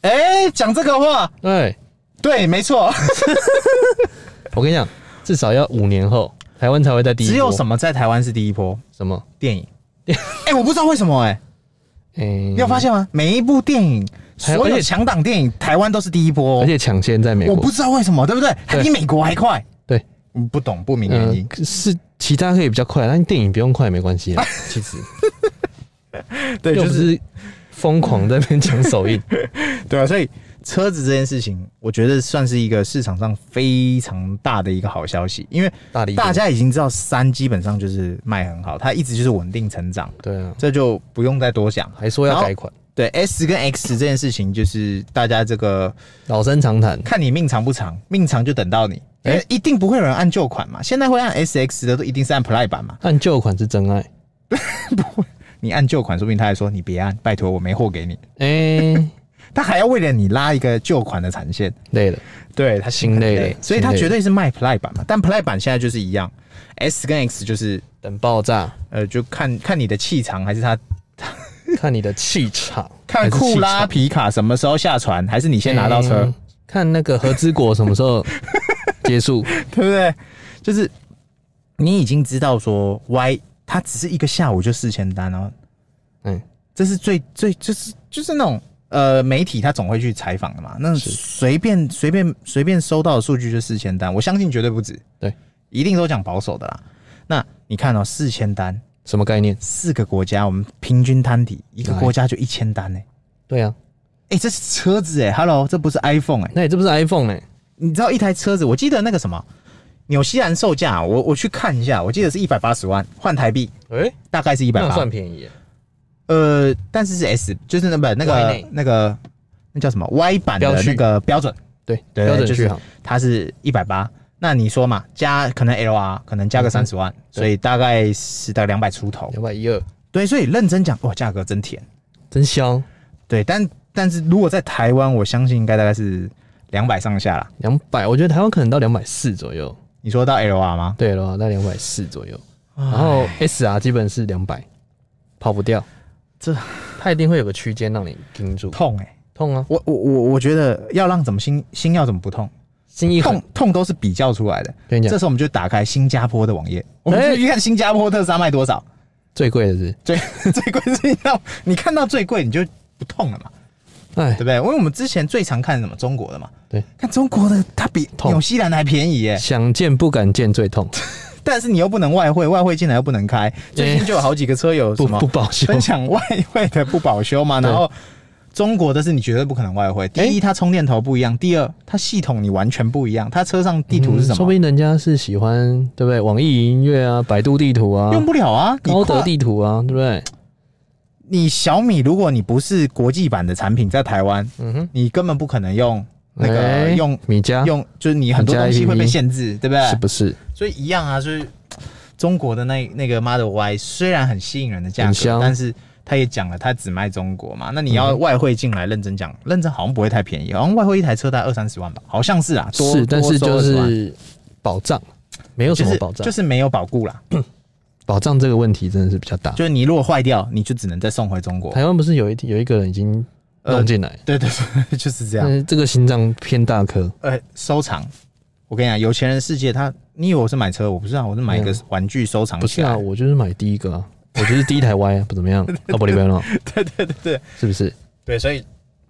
[SPEAKER 2] 哎，讲这个话，
[SPEAKER 1] 对，
[SPEAKER 2] 对，没错，
[SPEAKER 1] 我跟你讲，至少要五年后，台湾才会在第一波。
[SPEAKER 2] 只有什么在台湾是第一波
[SPEAKER 1] 什么？
[SPEAKER 2] 电影，哎，我不知道为什么哎、
[SPEAKER 1] 嗯
[SPEAKER 2] 你有发现吗？每一部电影，
[SPEAKER 1] 台
[SPEAKER 2] 所
[SPEAKER 1] 而
[SPEAKER 2] 有
[SPEAKER 1] 且
[SPEAKER 2] 强档电影，台湾都是第一波、
[SPEAKER 1] 而
[SPEAKER 2] 哦。
[SPEAKER 1] 且抢先在美
[SPEAKER 2] 我
[SPEAKER 1] 国
[SPEAKER 2] 不。知道为什么，对不对？还比美国还快。
[SPEAKER 1] 对，
[SPEAKER 2] 嗯不懂不明原
[SPEAKER 1] 嗯
[SPEAKER 2] 因，。
[SPEAKER 1] 可是其他可以比较快，但电影不用快也没关系
[SPEAKER 2] [laughs]
[SPEAKER 1] 啊。其实
[SPEAKER 2] 嗯对，
[SPEAKER 1] 又
[SPEAKER 2] 就
[SPEAKER 1] 不
[SPEAKER 2] 是
[SPEAKER 1] 是疯狂在那边抢首
[SPEAKER 2] [laughs]
[SPEAKER 1] 映，
[SPEAKER 2] 对啊。所以车子这件事情，我觉得算是一个市场上非常大的一个好消息，因为
[SPEAKER 1] 大力
[SPEAKER 2] 大家已经知道三基本上就是卖很好，它一直就是稳定成长，
[SPEAKER 1] 对啊，
[SPEAKER 2] 这就不用再多想。
[SPEAKER 1] 还说要改款，
[SPEAKER 2] 对 S 跟 X 这件事情，就是大家这个
[SPEAKER 1] 老生常谈。
[SPEAKER 2] 看你命长不长，命长就等到你。
[SPEAKER 1] 哎
[SPEAKER 2] 哎，一定不会有人按旧款嘛？现在会按 S X 的都一定是按 Play 版嘛？
[SPEAKER 1] 按旧款是真爱，
[SPEAKER 2] 你按旧款，说不定他还说你别按，拜托我没货给你。
[SPEAKER 1] 哎、
[SPEAKER 2] [laughs] 他还要为了你拉一个旧款的产线，
[SPEAKER 1] 累了，
[SPEAKER 2] 对他
[SPEAKER 1] 心累了
[SPEAKER 2] 所以他
[SPEAKER 1] 心累了
[SPEAKER 2] 绝对是卖 Play 版嘛。但 Play 版现在就是一样，S 跟 X 就是
[SPEAKER 1] 等爆炸，
[SPEAKER 2] 呃，就看看你的气场，还是他
[SPEAKER 1] 看你的气场，
[SPEAKER 2] [laughs] 看
[SPEAKER 1] 还是气
[SPEAKER 2] 库拉
[SPEAKER 1] 场
[SPEAKER 2] 皮卡什么时候下船，还是你先拿到车，
[SPEAKER 1] 哎看那个合资果什么时候结束，
[SPEAKER 2] [laughs] 对不对？就是你已经知道说 Y，他只是一个下午就四千单哦，
[SPEAKER 1] 嗯，
[SPEAKER 2] 这是最最就是就是那种呃媒体他总会去采访的嘛，那随便随便随便收到的数据就四千单，我相信绝对不止，
[SPEAKER 1] 对，
[SPEAKER 2] 一定都讲保守的啦。那你看哦，四千单，
[SPEAKER 1] 什么概念？
[SPEAKER 2] 四个国家我们平均摊底，一个
[SPEAKER 1] 哎
[SPEAKER 2] 国家就一千单呢、欸。
[SPEAKER 1] 对啊，
[SPEAKER 2] 哎、这是车子哎、h e l l o 这不是 iPhone 哎、
[SPEAKER 1] 那你这不是 iPhone 呢、
[SPEAKER 2] 你知道一台车子，我记得那个什么纽西兰售价，我我去看一下，我记得是一百八十万换台币，
[SPEAKER 1] 哎、
[SPEAKER 2] 大概是一百
[SPEAKER 1] 那
[SPEAKER 2] 八
[SPEAKER 1] 算。便宜耶，
[SPEAKER 2] 呃，但是是 S，就是那本那
[SPEAKER 1] Y
[SPEAKER 2] 个
[SPEAKER 1] 内
[SPEAKER 2] 那个那叫什么 Y 版
[SPEAKER 1] 标
[SPEAKER 2] 的
[SPEAKER 1] 序
[SPEAKER 2] 那个标准，
[SPEAKER 1] 对，
[SPEAKER 2] 对
[SPEAKER 1] 标准
[SPEAKER 2] 就是
[SPEAKER 1] 续航，
[SPEAKER 2] 它是一百八。那你说嘛，加可能 L R 可能加个
[SPEAKER 1] 嗯哼
[SPEAKER 2] 三十万，所以大概是到两百出头。
[SPEAKER 1] 两百一二，
[SPEAKER 2] 对，所以认真讲，哇，价格真甜。
[SPEAKER 1] 真香，
[SPEAKER 2] 对，但但是如果在台湾，我相信应该大概是两百上下啦。
[SPEAKER 1] 两百，我觉得台湾可能到两百四左右，
[SPEAKER 2] 你说到 L R 吗？
[SPEAKER 1] 对了，到两百四左右。然后 SR 基本是两百，跑不掉，
[SPEAKER 2] 这
[SPEAKER 1] 它一定会有个区间让你盯住，
[SPEAKER 2] 痛哎、
[SPEAKER 1] 痛啊，
[SPEAKER 2] 我我我我觉得要让怎么心心要怎么不痛，
[SPEAKER 1] 心一狠
[SPEAKER 2] 痛，痛都是比较出来的。
[SPEAKER 1] 跟你
[SPEAKER 2] 这
[SPEAKER 1] 讲，
[SPEAKER 2] 时候我们就打开新加坡的网页，我们
[SPEAKER 1] 哎
[SPEAKER 2] 就去看新加坡特斯拉卖多少，
[SPEAKER 1] 最贵的是，
[SPEAKER 2] 最 [laughs] 最贵是要你看到最贵你就不痛了嘛，
[SPEAKER 1] 哎
[SPEAKER 2] 对，不对？因为我们之前最常看什么中国的嘛，
[SPEAKER 1] 对，
[SPEAKER 2] 看中国的它比
[SPEAKER 1] 痛
[SPEAKER 2] 纽西兰还便宜耶、
[SPEAKER 1] [laughs] 想见不敢见最痛，
[SPEAKER 2] 但是你又不能外汇，外汇进来又不能开，最近就有好几个车友
[SPEAKER 1] 哎不
[SPEAKER 2] [laughs] 什么
[SPEAKER 1] 不报修，
[SPEAKER 2] 分享外汇的不保修嘛，
[SPEAKER 1] 对哎
[SPEAKER 2] 然后中国的是你绝对不可能外汇。第一，它充电头不一样；第二，它系统你完全不一样。它车上地图是什
[SPEAKER 1] 嗯说
[SPEAKER 2] 么
[SPEAKER 1] 不？定人家是喜欢，对不对？网易云音乐啊，百度地图啊，
[SPEAKER 2] 用不了啊！你
[SPEAKER 1] 高
[SPEAKER 2] 跨
[SPEAKER 1] 德地图啊，对不对？
[SPEAKER 2] 你小米，如果你不是国际版的产品，在台湾，
[SPEAKER 1] 嗯哼，
[SPEAKER 2] 你根本不可能用那个
[SPEAKER 1] 哎
[SPEAKER 2] 用
[SPEAKER 1] 米家
[SPEAKER 2] 用，就是你很多
[SPEAKER 1] 加
[SPEAKER 2] 东西
[SPEAKER 1] APP
[SPEAKER 2] 会被限制，对不
[SPEAKER 1] 是
[SPEAKER 2] 对？
[SPEAKER 1] 不是
[SPEAKER 2] 所以一样啊，就是中国的那那个 Model Y 虽然很吸引人的价
[SPEAKER 1] 很
[SPEAKER 2] 格，
[SPEAKER 1] 香嗯
[SPEAKER 2] 但是。他也讲了，他只卖中国嘛。那你要外汇进来，认真讲，认真好像不会太便宜，好像外汇一台车大概二三十万吧，好像是啊，多
[SPEAKER 1] 是，但是
[SPEAKER 2] 多
[SPEAKER 1] 就
[SPEAKER 2] 收20万
[SPEAKER 1] 是保障，没有什
[SPEAKER 2] 就
[SPEAKER 1] 么
[SPEAKER 2] 是
[SPEAKER 1] 保障
[SPEAKER 2] 就，是没有保固啦。
[SPEAKER 1] 保障这个问题真的是比较大。
[SPEAKER 2] 就是你如果坏掉，你就只能再送回中国。
[SPEAKER 1] 台湾不是有一有一个人已经
[SPEAKER 2] 呃
[SPEAKER 1] 弄进来，
[SPEAKER 2] 对对对，就是这样。
[SPEAKER 1] 但是这个心脏偏大颗，
[SPEAKER 2] 呃，收藏。我跟你讲，有钱人世界他，你以为我是买车？我不是啊，我是买一个玩具收藏
[SPEAKER 1] 不
[SPEAKER 2] 起
[SPEAKER 1] 是
[SPEAKER 2] 来。
[SPEAKER 1] 啊，我就是买第一个啊，我就是第一台 Y 啊， [laughs] 不怎么样，啊不里边了，
[SPEAKER 2] 对对对对
[SPEAKER 1] 是不是？
[SPEAKER 2] 对，所以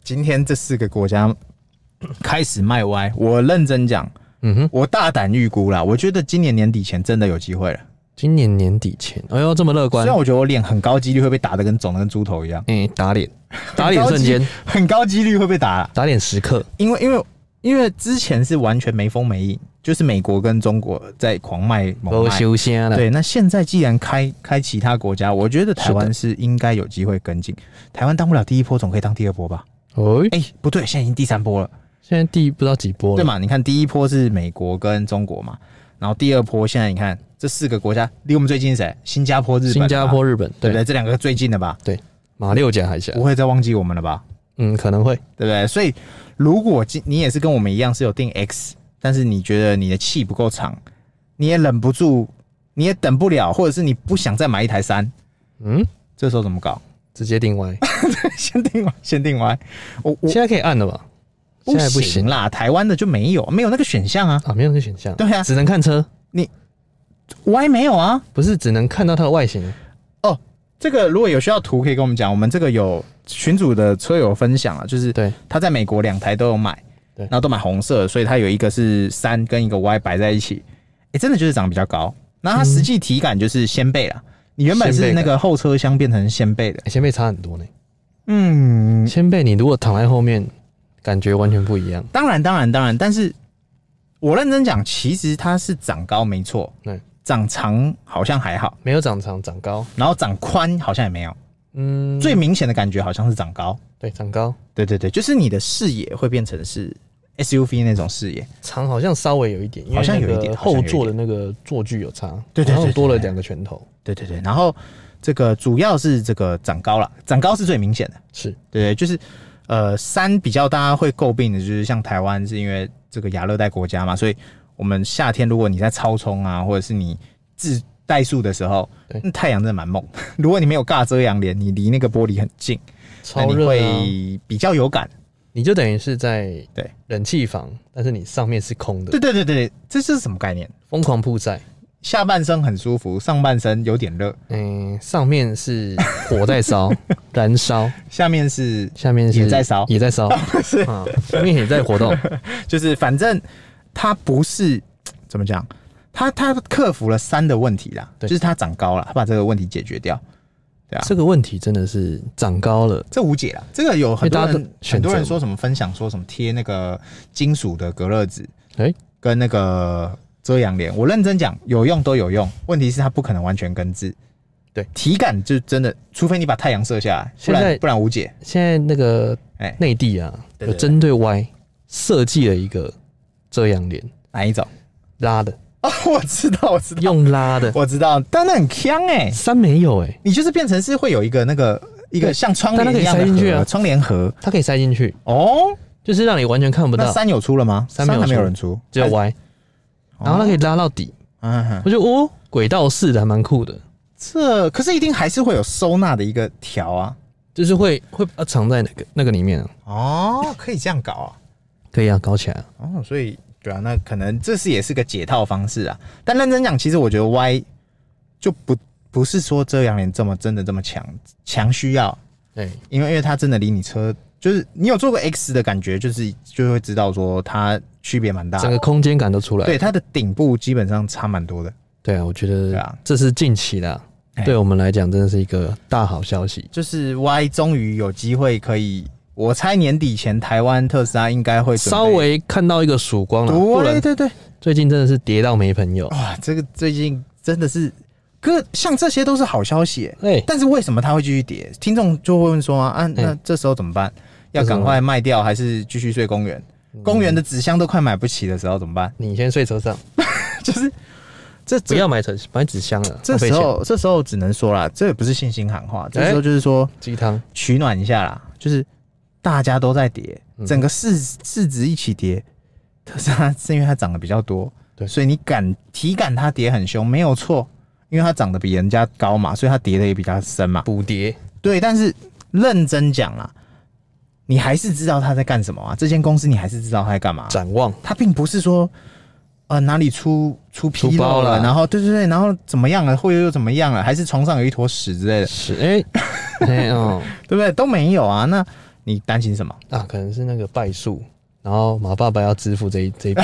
[SPEAKER 2] 今天这四个国家 [coughs] 开始卖歪。我认真讲，
[SPEAKER 1] 嗯哼，
[SPEAKER 2] 我大胆预估啦，我觉得今年年底前真的有机会了。
[SPEAKER 1] 今年年底前，哎呦这么乐
[SPEAKER 2] 虽
[SPEAKER 1] 观
[SPEAKER 2] 然，我觉得我脸很高几率会被打的跟肿的跟猪头一样， [laughs]
[SPEAKER 1] 哎打脸，打脸瞬间，
[SPEAKER 2] 很高几率会被打啦，
[SPEAKER 1] 打脸时刻，
[SPEAKER 2] 因为因为因为之前是完全没风没影，就是美国跟中国在狂卖猛
[SPEAKER 1] 都
[SPEAKER 2] 卖。
[SPEAKER 1] 修仙了，
[SPEAKER 2] 对，那现在既然开开其他国家，我觉得台
[SPEAKER 1] 是的
[SPEAKER 2] 湾是应该有机会跟进。台湾当不了第一波，总可以当第二波吧？
[SPEAKER 1] 哦，
[SPEAKER 2] 哎、不对，现在已经第三波了，
[SPEAKER 1] 现在第不知道几波
[SPEAKER 2] 对
[SPEAKER 1] 了，
[SPEAKER 2] 嘛？你看第一波是美国跟中国嘛，然后第二波现在你看这四个国家离我们最近是谁？新加坡、日本、啊
[SPEAKER 1] 新加坡、，日本，
[SPEAKER 2] 对不
[SPEAKER 1] 对，
[SPEAKER 2] 对？这两个最近的吧，
[SPEAKER 1] 马六甲海峡，
[SPEAKER 2] 不会再忘记我们了吧？
[SPEAKER 1] 嗯，可能会，
[SPEAKER 2] 对不对？所以如果今你也是跟我们一样是有定 X，但是你觉得你的气不够长，你也忍不住，你也等不了，或者是你不想再买一台三，
[SPEAKER 1] 嗯，
[SPEAKER 2] 这时候怎么搞？ [laughs]
[SPEAKER 1] 直接定歪，
[SPEAKER 2] 限定完，限定完，我我
[SPEAKER 1] 现在可以按了吧？现在不行
[SPEAKER 2] 行啦，台湾的就没有没有那个选项啊
[SPEAKER 1] 啊，没有那个选项，
[SPEAKER 2] 对啊
[SPEAKER 1] 只能看车，
[SPEAKER 2] ，Y 没有啊。
[SPEAKER 1] 不是只能看到它的外形，
[SPEAKER 2] 这个如果有需要图可以跟我们讲，我们这个有群主的车友分享啊，就是
[SPEAKER 1] 对，
[SPEAKER 2] 他在美国两台都有买，
[SPEAKER 1] 对
[SPEAKER 2] 然后都买红色，所以他有一个是三跟一个 Y 摆在一起，哎、真的就是长得比较高，然后它实际体感就是掀背啦。你原本
[SPEAKER 1] 掀
[SPEAKER 2] 是
[SPEAKER 1] 背
[SPEAKER 2] 那
[SPEAKER 1] 感
[SPEAKER 2] 个后车厢变成掀背的，
[SPEAKER 1] 欸先辈差很多呢，
[SPEAKER 2] 嗯，
[SPEAKER 1] 先辈你如果躺在后面，感觉完全不一样，
[SPEAKER 2] 当然，当然，当然，但是我认真讲，其实它是长高没错，
[SPEAKER 1] 对，
[SPEAKER 2] 长长好像还好，
[SPEAKER 1] 没有长长长高，
[SPEAKER 2] 然后长宽好像也没有，
[SPEAKER 1] 嗯，
[SPEAKER 2] 最明显的感觉好像是长高。
[SPEAKER 1] 对长高
[SPEAKER 2] 对对对，就是你的视野会变成是 SUV 那种视野，
[SPEAKER 1] 长好像稍微有一点，因为
[SPEAKER 2] 好像有一
[SPEAKER 1] 那个
[SPEAKER 2] 点好像有
[SPEAKER 1] 后
[SPEAKER 2] 一
[SPEAKER 1] 座的那个坐距有差，
[SPEAKER 2] 对对对
[SPEAKER 1] 好像多
[SPEAKER 2] 对
[SPEAKER 1] 了
[SPEAKER 2] 对
[SPEAKER 1] 两个拳头，
[SPEAKER 2] 对对对，然后这个主要是这个长高啦，长高是最明显的，
[SPEAKER 1] 是
[SPEAKER 2] 对对，就是呃山比较大家会诟病的，就是像台湾是因为这个亚热带国家嘛，所以我们夏天如果你在超充啊，或者是你自怠速的时候
[SPEAKER 1] 对，
[SPEAKER 2] 那太阳真的蛮 [laughs] 猛，如果你没有尬遮阳帘，你离那个玻璃很近，那
[SPEAKER 1] 超
[SPEAKER 2] 你
[SPEAKER 1] 热啊，
[SPEAKER 2] 会比较有感。
[SPEAKER 1] 你就等于是在
[SPEAKER 2] 对
[SPEAKER 1] 冷气房，但是你上面是空的
[SPEAKER 2] 对，对对对，这是什么概念？
[SPEAKER 1] 疯狂曝晒。
[SPEAKER 2] 下半身很舒服，上半身有点热，
[SPEAKER 1] 嗯，上面是火在烧， [laughs] 燃烧，
[SPEAKER 2] 下面是
[SPEAKER 1] 下面是
[SPEAKER 2] 也在烧啊
[SPEAKER 1] 也在
[SPEAKER 2] [laughs]
[SPEAKER 1] 烧，啊，上面也在活动，
[SPEAKER 2] 就是反正它不是怎么讲，它它克服了三的问题啦，就
[SPEAKER 1] 对
[SPEAKER 2] 是它长高了，它把这个问题解决掉。啊
[SPEAKER 1] 这个问题真的是长高了，
[SPEAKER 2] 这无解啦，这个有很多
[SPEAKER 1] 因为大
[SPEAKER 2] 人
[SPEAKER 1] 家都选择
[SPEAKER 2] 很多人
[SPEAKER 1] 嘛
[SPEAKER 2] 说什么分享说什么贴那个金属的隔热纸，
[SPEAKER 1] 哎
[SPEAKER 2] 跟那个遮阳帘，我认真讲有用都有用，问题是它不可能完全根治。
[SPEAKER 1] 对
[SPEAKER 2] 体感就真的，除非你把太阳射下来，不
[SPEAKER 1] 现在
[SPEAKER 2] 然不然无解。
[SPEAKER 1] 现在那个
[SPEAKER 2] 哎
[SPEAKER 1] 内地啊，
[SPEAKER 2] 对
[SPEAKER 1] 有
[SPEAKER 2] 对对
[SPEAKER 1] 针对 Y 设计了一个遮阳帘，
[SPEAKER 2] 哪一种？ [laughs]
[SPEAKER 1] 拉的，
[SPEAKER 2] 哦，我知道，我知道，
[SPEAKER 1] 用拉的，
[SPEAKER 2] 我知道，但那很呛哎、
[SPEAKER 1] 三没有哎、
[SPEAKER 2] 你就是变成是会有一个那个一个
[SPEAKER 1] 对
[SPEAKER 2] 像窗
[SPEAKER 1] 但它可以
[SPEAKER 2] 帘一样的
[SPEAKER 1] 塞进去啊
[SPEAKER 2] 盒窗帘盒
[SPEAKER 1] 它可以塞进去，
[SPEAKER 2] 哦。
[SPEAKER 1] 就是让你完全看不
[SPEAKER 2] 那
[SPEAKER 1] 到，
[SPEAKER 2] 三有出了吗？
[SPEAKER 1] 三没有
[SPEAKER 2] 还没有
[SPEAKER 1] 出
[SPEAKER 2] 人出，
[SPEAKER 1] 只有 Y，然后它可以拉到底。
[SPEAKER 2] 嗯哼，
[SPEAKER 1] 我觉得哦，轨道式的还蛮酷的，
[SPEAKER 2] 这可是一定还是会有收纳的一个条啊。
[SPEAKER 1] 就是会会把它藏在那个那个里面啊，
[SPEAKER 2] 哦，可以这样搞啊。
[SPEAKER 1] 可以啊，搞起来啊。
[SPEAKER 2] 哦，所以对啊，那可能这是也是个解套方式啊。但认真讲，其实我觉得 Y 就不不是说遮阳帘这么真的这么强强需要，
[SPEAKER 1] 对，
[SPEAKER 2] 因为因为它真的离你车就是你有做过 X 的感觉，就是就会知道说它区别蛮大
[SPEAKER 1] 哎整
[SPEAKER 2] 的。
[SPEAKER 1] 个空间感都出来。
[SPEAKER 2] 对，它的顶部基本上差蛮多的，
[SPEAKER 1] 对啊，我觉
[SPEAKER 2] 对
[SPEAKER 1] 得
[SPEAKER 2] 啊
[SPEAKER 1] 这是近期啦，
[SPEAKER 2] 哎
[SPEAKER 1] 对我们来讲真的是一个大好消息。
[SPEAKER 2] 就是 Y 终于有机会可以，我猜年底前台湾特斯拉应该会准备
[SPEAKER 1] 稍。微看到一个曙光了，不
[SPEAKER 2] 对
[SPEAKER 1] 然
[SPEAKER 2] 对对，
[SPEAKER 1] 最近真的是跌到没朋友。
[SPEAKER 2] 哇，这个最近真的是，哥，像这些都是好消息耶、
[SPEAKER 1] 哎，
[SPEAKER 2] 但是为什么它会继续跌？听众就会问说啊，啊那
[SPEAKER 1] 嗯
[SPEAKER 2] 这时候怎么办？要赶快卖掉，还是继续睡公园？
[SPEAKER 1] 嗯
[SPEAKER 2] 公园的纸箱都快买不起的时候怎么办？
[SPEAKER 1] 你先睡车上，
[SPEAKER 2] 就是这
[SPEAKER 1] 不
[SPEAKER 2] 这
[SPEAKER 1] 要买纸买纸箱了，
[SPEAKER 2] 这
[SPEAKER 1] 浪费
[SPEAKER 2] 时
[SPEAKER 1] 钱
[SPEAKER 2] 候这时候只能说啦，这也不是信心喊话，这时候
[SPEAKER 1] 哎
[SPEAKER 2] 就是说
[SPEAKER 1] 鸡汤，
[SPEAKER 2] 取暖一下啦，就是大家都在跌，
[SPEAKER 1] 嗯
[SPEAKER 2] 整个市市值一起跌，特斯拉是因为它涨得比较多，
[SPEAKER 1] 对
[SPEAKER 2] 所以你感体感它跌很凶，没有错，因为它涨得比人家高嘛，所以它跌得也比较深嘛。
[SPEAKER 1] 补跌，
[SPEAKER 2] 对，但是认真讲啦，你还是知道他在干什么啊？这间公司你还是知道他在干嘛、
[SPEAKER 1] 展望，
[SPEAKER 2] 他并不是说，呃，哪里出出纰
[SPEAKER 1] 出
[SPEAKER 2] 漏
[SPEAKER 1] 包
[SPEAKER 2] 了，
[SPEAKER 1] 了
[SPEAKER 2] 然后对对对，然后怎么样了，或者又怎么样了，还是床上有一坨屎之类的，
[SPEAKER 1] 是 [laughs] 哎哎哦
[SPEAKER 2] 对不对？都没有啊，那你担心什么？
[SPEAKER 1] 啊，可能是那个败诉，然后马爸爸要支付这一这一笔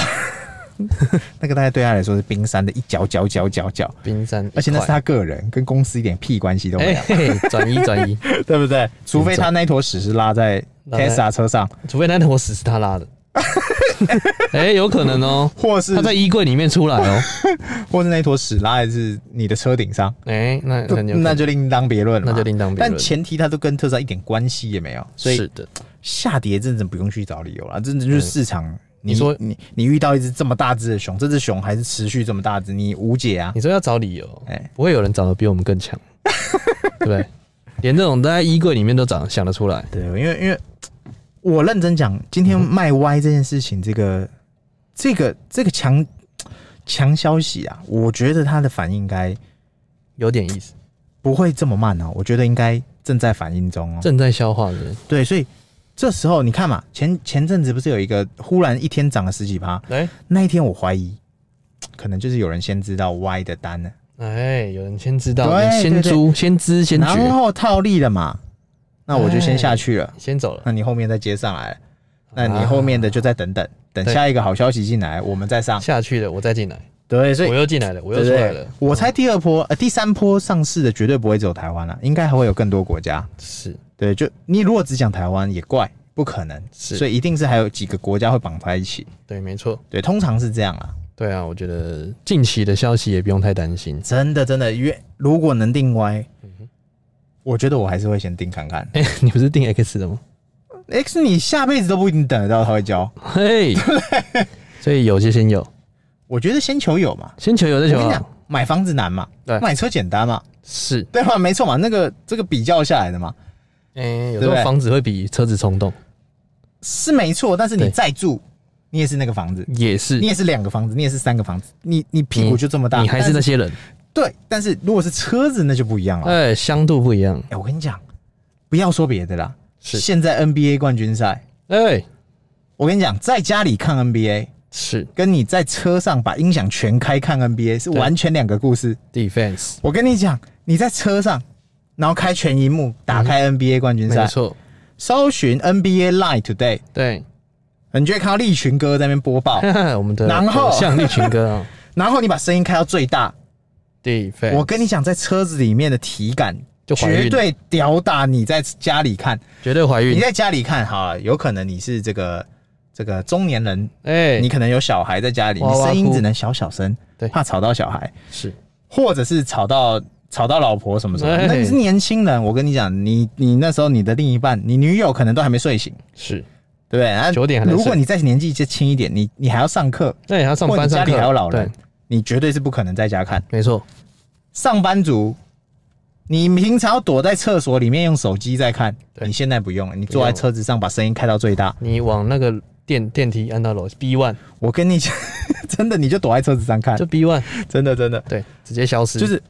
[SPEAKER 2] 那个大概对他来说是冰山的一角角角角角，
[SPEAKER 1] 冰 [laughs] 山一块，
[SPEAKER 2] 而且那是他个人，跟公司一点屁关系都
[SPEAKER 1] 哎
[SPEAKER 2] 没有，
[SPEAKER 1] 嘿转移转移， [laughs]
[SPEAKER 2] 对不对？除非他那一坨屎是拉在
[SPEAKER 1] 拉哎在
[SPEAKER 2] Tesla 车上，
[SPEAKER 1] 除非那坨屎是他拉 [laughs] 的，哎，有可能哦，
[SPEAKER 2] 或是
[SPEAKER 1] 他在衣柜里面出来 [laughs] 哦，
[SPEAKER 2] 或是那一坨屎拉在是你的车顶上。
[SPEAKER 1] 哎，那那很有可
[SPEAKER 2] 那
[SPEAKER 1] 能
[SPEAKER 2] 就另当别论了嘛，
[SPEAKER 1] 那就另当别论
[SPEAKER 2] 但前提它都跟特斯拉一点关系也没有，所
[SPEAKER 1] 是
[SPEAKER 2] 以
[SPEAKER 1] 的，
[SPEAKER 2] 下跌真的不用去找理由了，真的就是市场。
[SPEAKER 1] 你说
[SPEAKER 2] 你你遇到一只这么大只的熊，这只熊还是持续这么大只，你无解啊！
[SPEAKER 1] 你说要找理由，
[SPEAKER 2] 哎
[SPEAKER 1] 不会有人长得比我们更强，对不对？连这种都在衣柜里面都长想得出来，
[SPEAKER 2] 对，因为因为我认真讲，今天卖歪这件事情，这个这个这个强强消息啊，我觉得它的反应应该
[SPEAKER 1] 有点意思，
[SPEAKER 2] 不会这么慢哦，我觉得应该正在反应中哦。
[SPEAKER 1] 正在消化的人。
[SPEAKER 2] 对，所以这时候你看嘛，前前阵子不是有一个忽然一天涨了十几趴，
[SPEAKER 1] 哎
[SPEAKER 2] 那一天我怀疑，可能就是有人先知道 Y 的单了，
[SPEAKER 1] 哎，有人先知道，
[SPEAKER 2] 对
[SPEAKER 1] 先租，先知，先
[SPEAKER 2] 然
[SPEAKER 1] 觉，
[SPEAKER 2] 后套利了嘛，那我就先下去了，
[SPEAKER 1] 先走了。
[SPEAKER 2] 那你后面再接上来，那你后
[SPEAKER 1] 啊
[SPEAKER 2] 面的就再等等，等下一个好消息进来，我们再上。
[SPEAKER 1] 下去了，我再进来，
[SPEAKER 2] 嗯对，所以
[SPEAKER 1] 我又进来了，我
[SPEAKER 2] 对
[SPEAKER 1] 又
[SPEAKER 2] 不
[SPEAKER 1] 出来
[SPEAKER 2] 对
[SPEAKER 1] 了？。嗯
[SPEAKER 2] 我猜第二波、呃第三波上市的绝对不会只有台湾了、啊应该还会有更多国家。
[SPEAKER 1] 哦是
[SPEAKER 2] 对，就你如果只讲台湾也怪，不可能，
[SPEAKER 1] 是
[SPEAKER 2] 所以一定是还有几个国家会绑在一起。
[SPEAKER 1] 对，没错，
[SPEAKER 2] 对，通常是这样啦。
[SPEAKER 1] 对啊，我觉得近期的消息也不用太担心。
[SPEAKER 2] 真的真的，因为如果能定 Y，、我觉得我还是会先定看看。
[SPEAKER 1] 哎， [laughs] 你不是定 X 的吗？
[SPEAKER 2] X 你下辈子都不一定等得到他会交，
[SPEAKER 1] 嘿，所以有就先有，
[SPEAKER 2] 我觉得先求有嘛。
[SPEAKER 1] 先求有再
[SPEAKER 2] 我
[SPEAKER 1] 求啊
[SPEAKER 2] 跟你讲
[SPEAKER 1] 好，，
[SPEAKER 2] 买房子难嘛，
[SPEAKER 1] 对
[SPEAKER 2] 买车简单嘛，
[SPEAKER 1] 是，
[SPEAKER 2] 对啊吧？没错嘛，那个这个比较下来的嘛
[SPEAKER 1] 哎，有
[SPEAKER 2] 对
[SPEAKER 1] 时
[SPEAKER 2] 不
[SPEAKER 1] 候
[SPEAKER 2] 对
[SPEAKER 1] 房子会比车子冲动，
[SPEAKER 2] 是没错，但是你
[SPEAKER 1] 对嗯
[SPEAKER 2] 再住，你也是那个房子，
[SPEAKER 1] 也是
[SPEAKER 2] 你，也是两个房子，你也是三个房子，你你屁股就这么大，
[SPEAKER 1] 你还是那
[SPEAKER 2] 但
[SPEAKER 1] 些人。
[SPEAKER 2] 对，但是如果是车子那就不一样了。哎、
[SPEAKER 1] 哎，相度不一样。
[SPEAKER 2] 我跟你讲，不要说别的啦，
[SPEAKER 1] 是
[SPEAKER 2] 现在 NBA 冠军赛，
[SPEAKER 1] 哎，
[SPEAKER 2] 我跟你讲，在家里看 NBA。
[SPEAKER 1] 是
[SPEAKER 2] 跟你在车上把音响全开看 NBA 是
[SPEAKER 1] 对
[SPEAKER 2] 完全两个故事。
[SPEAKER 1] defense，
[SPEAKER 2] 我跟你讲，你在车上，然后开全荧幕，打开 NBA 冠军
[SPEAKER 1] 嗯没
[SPEAKER 2] 赛，
[SPEAKER 1] 错，
[SPEAKER 2] 搜寻 NBA Live Today，
[SPEAKER 1] 对，
[SPEAKER 2] 你就会看到利群哥在那边播
[SPEAKER 1] [laughs]
[SPEAKER 2] 报，
[SPEAKER 1] 我们的
[SPEAKER 2] 然后
[SPEAKER 1] 像立群哥
[SPEAKER 2] [laughs]
[SPEAKER 1] 啊
[SPEAKER 2] 然后你把声音开到最大。
[SPEAKER 1] ，defense，
[SPEAKER 2] 我跟你讲，在车子里面的体感
[SPEAKER 1] 就怀孕
[SPEAKER 2] 绝对吊打你在家里看。
[SPEAKER 1] 绝对怀
[SPEAKER 2] 你
[SPEAKER 1] 孕。
[SPEAKER 2] 在家里看好了，有可能你是这个这个中年人，
[SPEAKER 1] 哎，
[SPEAKER 2] 你可能有小孩在家里，你
[SPEAKER 1] 哇哇
[SPEAKER 2] 声音
[SPEAKER 1] 哭
[SPEAKER 2] 只能小小声
[SPEAKER 1] 对，
[SPEAKER 2] 怕吵到小孩。
[SPEAKER 1] 是
[SPEAKER 2] 或者是吵到吵到老婆什么什么，
[SPEAKER 1] 哎
[SPEAKER 2] 那你是年轻人，我跟你讲，你你那时候你的另一半，你女友可能都还没睡醒，
[SPEAKER 1] 是，
[SPEAKER 2] 对不对？啊
[SPEAKER 1] 9点还在睡
[SPEAKER 2] 如果你再年纪再轻一点，你你还要上课，
[SPEAKER 1] 那也要上
[SPEAKER 2] 或者
[SPEAKER 1] 班
[SPEAKER 2] 家
[SPEAKER 1] 上
[SPEAKER 2] 里
[SPEAKER 1] 课，啊
[SPEAKER 2] 还有老人
[SPEAKER 1] 对，，
[SPEAKER 2] 你绝对是不可能在家看。
[SPEAKER 1] 没错，
[SPEAKER 2] 上班族你平常要躲在厕所里面用手机在看，
[SPEAKER 1] 对
[SPEAKER 2] 你现在不用了，你坐在车子上把声音开到最大。
[SPEAKER 1] 你往那个电电梯按到楼 B one
[SPEAKER 2] 我跟你讲， [laughs] 真的你就躲在车子上看
[SPEAKER 1] 就，B one，
[SPEAKER 2] 真的真的
[SPEAKER 1] 对，直接消失。
[SPEAKER 2] 就是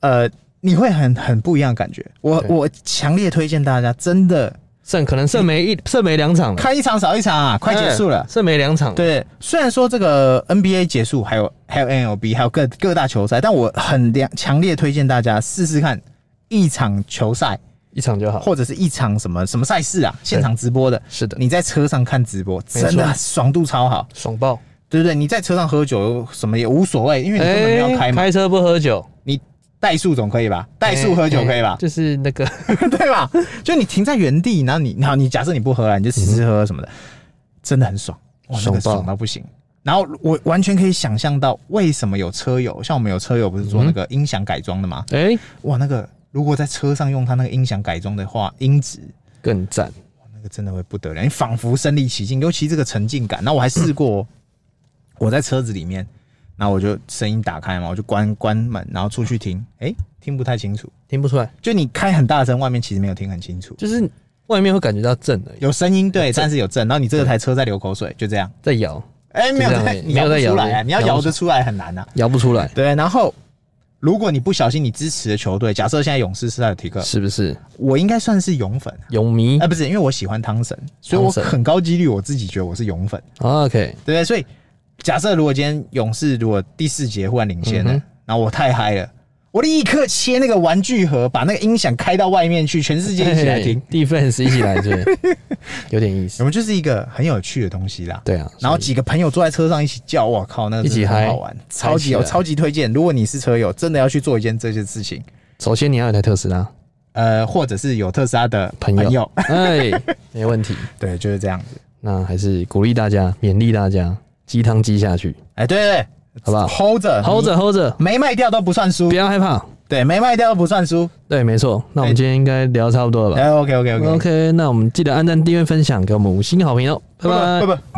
[SPEAKER 2] 呃，你会很很不一样的感觉。我
[SPEAKER 1] 对
[SPEAKER 2] 我强烈推荐大家，真的
[SPEAKER 1] 剩可能剩没一剩没两场了，
[SPEAKER 2] 看一场少一场啊，快结束了
[SPEAKER 1] 嗯。剩没两场了。
[SPEAKER 2] 对，虽然说这个 NBA 结束，还有还有 NLB，还有各各大球赛，但我很良强烈推荐大家试试看一场球赛，
[SPEAKER 1] 一场就好。
[SPEAKER 2] 或者是一场什么什么赛事啊，现场直播的，
[SPEAKER 1] 是的，
[SPEAKER 2] 你在车上看直播，
[SPEAKER 1] 没错
[SPEAKER 2] 真的爽度超好，
[SPEAKER 1] 爽爆！
[SPEAKER 2] 对不对？你在车上喝酒什么也无所谓，因为你根本没有
[SPEAKER 1] 哎
[SPEAKER 2] 开嘛，
[SPEAKER 1] 开车不喝酒，
[SPEAKER 2] 你代数总可以吧？代数
[SPEAKER 1] 哎
[SPEAKER 2] 喝酒可以
[SPEAKER 1] 哎
[SPEAKER 2] 吧？
[SPEAKER 1] 就是那
[SPEAKER 2] [laughs]
[SPEAKER 1] 个
[SPEAKER 2] 对吧？就你停在原地，然后你好，你假设你不喝啊了，你就吃吃喝喝什么的，真的很爽，哇，那
[SPEAKER 1] 爽
[SPEAKER 2] 个
[SPEAKER 1] 爆
[SPEAKER 2] 爽到不行。然后我完全可以想象到为什么有车友，像我们有车友不
[SPEAKER 1] 嗯
[SPEAKER 2] 是做那个音响改装的吗？
[SPEAKER 1] 哎
[SPEAKER 2] 哇，那个如果在车上用它那个音响改装的话，音质
[SPEAKER 1] 更赞。
[SPEAKER 2] 那个真的会不得了，你仿佛身临其境，尤其这个沉浸感。那
[SPEAKER 1] [clears throat]
[SPEAKER 2] 我还试过，我在车子里面，然后我就声音打开嘛，我就关关门，然后出去听，哎、听不太清楚。
[SPEAKER 1] 听不出来，
[SPEAKER 2] 就你开很大声，外面其实没有听很清楚，
[SPEAKER 1] 就是外面会感觉到震而已，
[SPEAKER 2] 有声音对，
[SPEAKER 1] 有震
[SPEAKER 2] 但是有震。然后你这个台车在流口水，就这样。
[SPEAKER 1] 在摇
[SPEAKER 2] 哎、没
[SPEAKER 1] 就
[SPEAKER 2] 有
[SPEAKER 1] 这样
[SPEAKER 2] 在，
[SPEAKER 1] 而已
[SPEAKER 2] 你
[SPEAKER 1] 没有在
[SPEAKER 2] 不出
[SPEAKER 1] 摇
[SPEAKER 2] 来啊，
[SPEAKER 1] 的
[SPEAKER 2] 你要
[SPEAKER 1] 摇
[SPEAKER 2] 摇
[SPEAKER 1] 不
[SPEAKER 2] 得出来很难啊。
[SPEAKER 1] 摇不出
[SPEAKER 2] [laughs]
[SPEAKER 1] 来，
[SPEAKER 2] 对，然后如果你不小心你支持的球队，假设现在勇士是他的提克，
[SPEAKER 1] 是不是？
[SPEAKER 2] 我应该算是勇粉。
[SPEAKER 1] 泳迷
[SPEAKER 2] 哎、不是，因为我喜欢汤神，所以我
[SPEAKER 1] 嗯汤神
[SPEAKER 2] 很高几率我自己觉得我是勇粉。
[SPEAKER 1] ，OK，
[SPEAKER 2] 对不对？所以假设如果今天勇士如果第四节忽然领先了，
[SPEAKER 1] 嗯哼
[SPEAKER 2] 然后我太嗨了，我立刻切那个玩具盒，把那个音响开到外面去，全世界一起来听。
[SPEAKER 1] 嘿嘿，defense 哎一起来是， [laughs] 有点意
[SPEAKER 2] 我
[SPEAKER 1] 思。
[SPEAKER 2] 们就是一个很有趣的东西啦。
[SPEAKER 1] 对啊，
[SPEAKER 2] 然后几个朋友坐在车上一起叫，我靠，那个
[SPEAKER 1] 一起
[SPEAKER 2] 真的很
[SPEAKER 1] 嗨
[SPEAKER 2] 好玩，超级有，
[SPEAKER 1] 嗨起来
[SPEAKER 2] 超级推荐。如果你是车友，真的要去做一件这些事情，
[SPEAKER 1] 首先你要有台特斯拉，
[SPEAKER 2] 呃，或者是有特斯拉的
[SPEAKER 1] 朋友，哎， [laughs] 没问题。
[SPEAKER 2] 对，就是这样子。
[SPEAKER 1] 那还是鼓励大家，勉励大家，鸡汤鸡下去，
[SPEAKER 2] 哎，对对
[SPEAKER 1] 好不
[SPEAKER 2] 对
[SPEAKER 1] 好
[SPEAKER 2] ，hold 着
[SPEAKER 1] 啊？hold 着，hold 着，
[SPEAKER 2] 没卖掉都不算输
[SPEAKER 1] 不，要害怕。
[SPEAKER 2] 对，没卖掉都不算输。
[SPEAKER 1] 对，没错。那我们
[SPEAKER 2] 哎
[SPEAKER 1] 今天应该聊得差不多了吧
[SPEAKER 2] 哎，OK OK OK，
[SPEAKER 1] ？OK，那我们记得按赞、订阅、分享，给我们五星好评哦，拜拜
[SPEAKER 2] 拜。拜。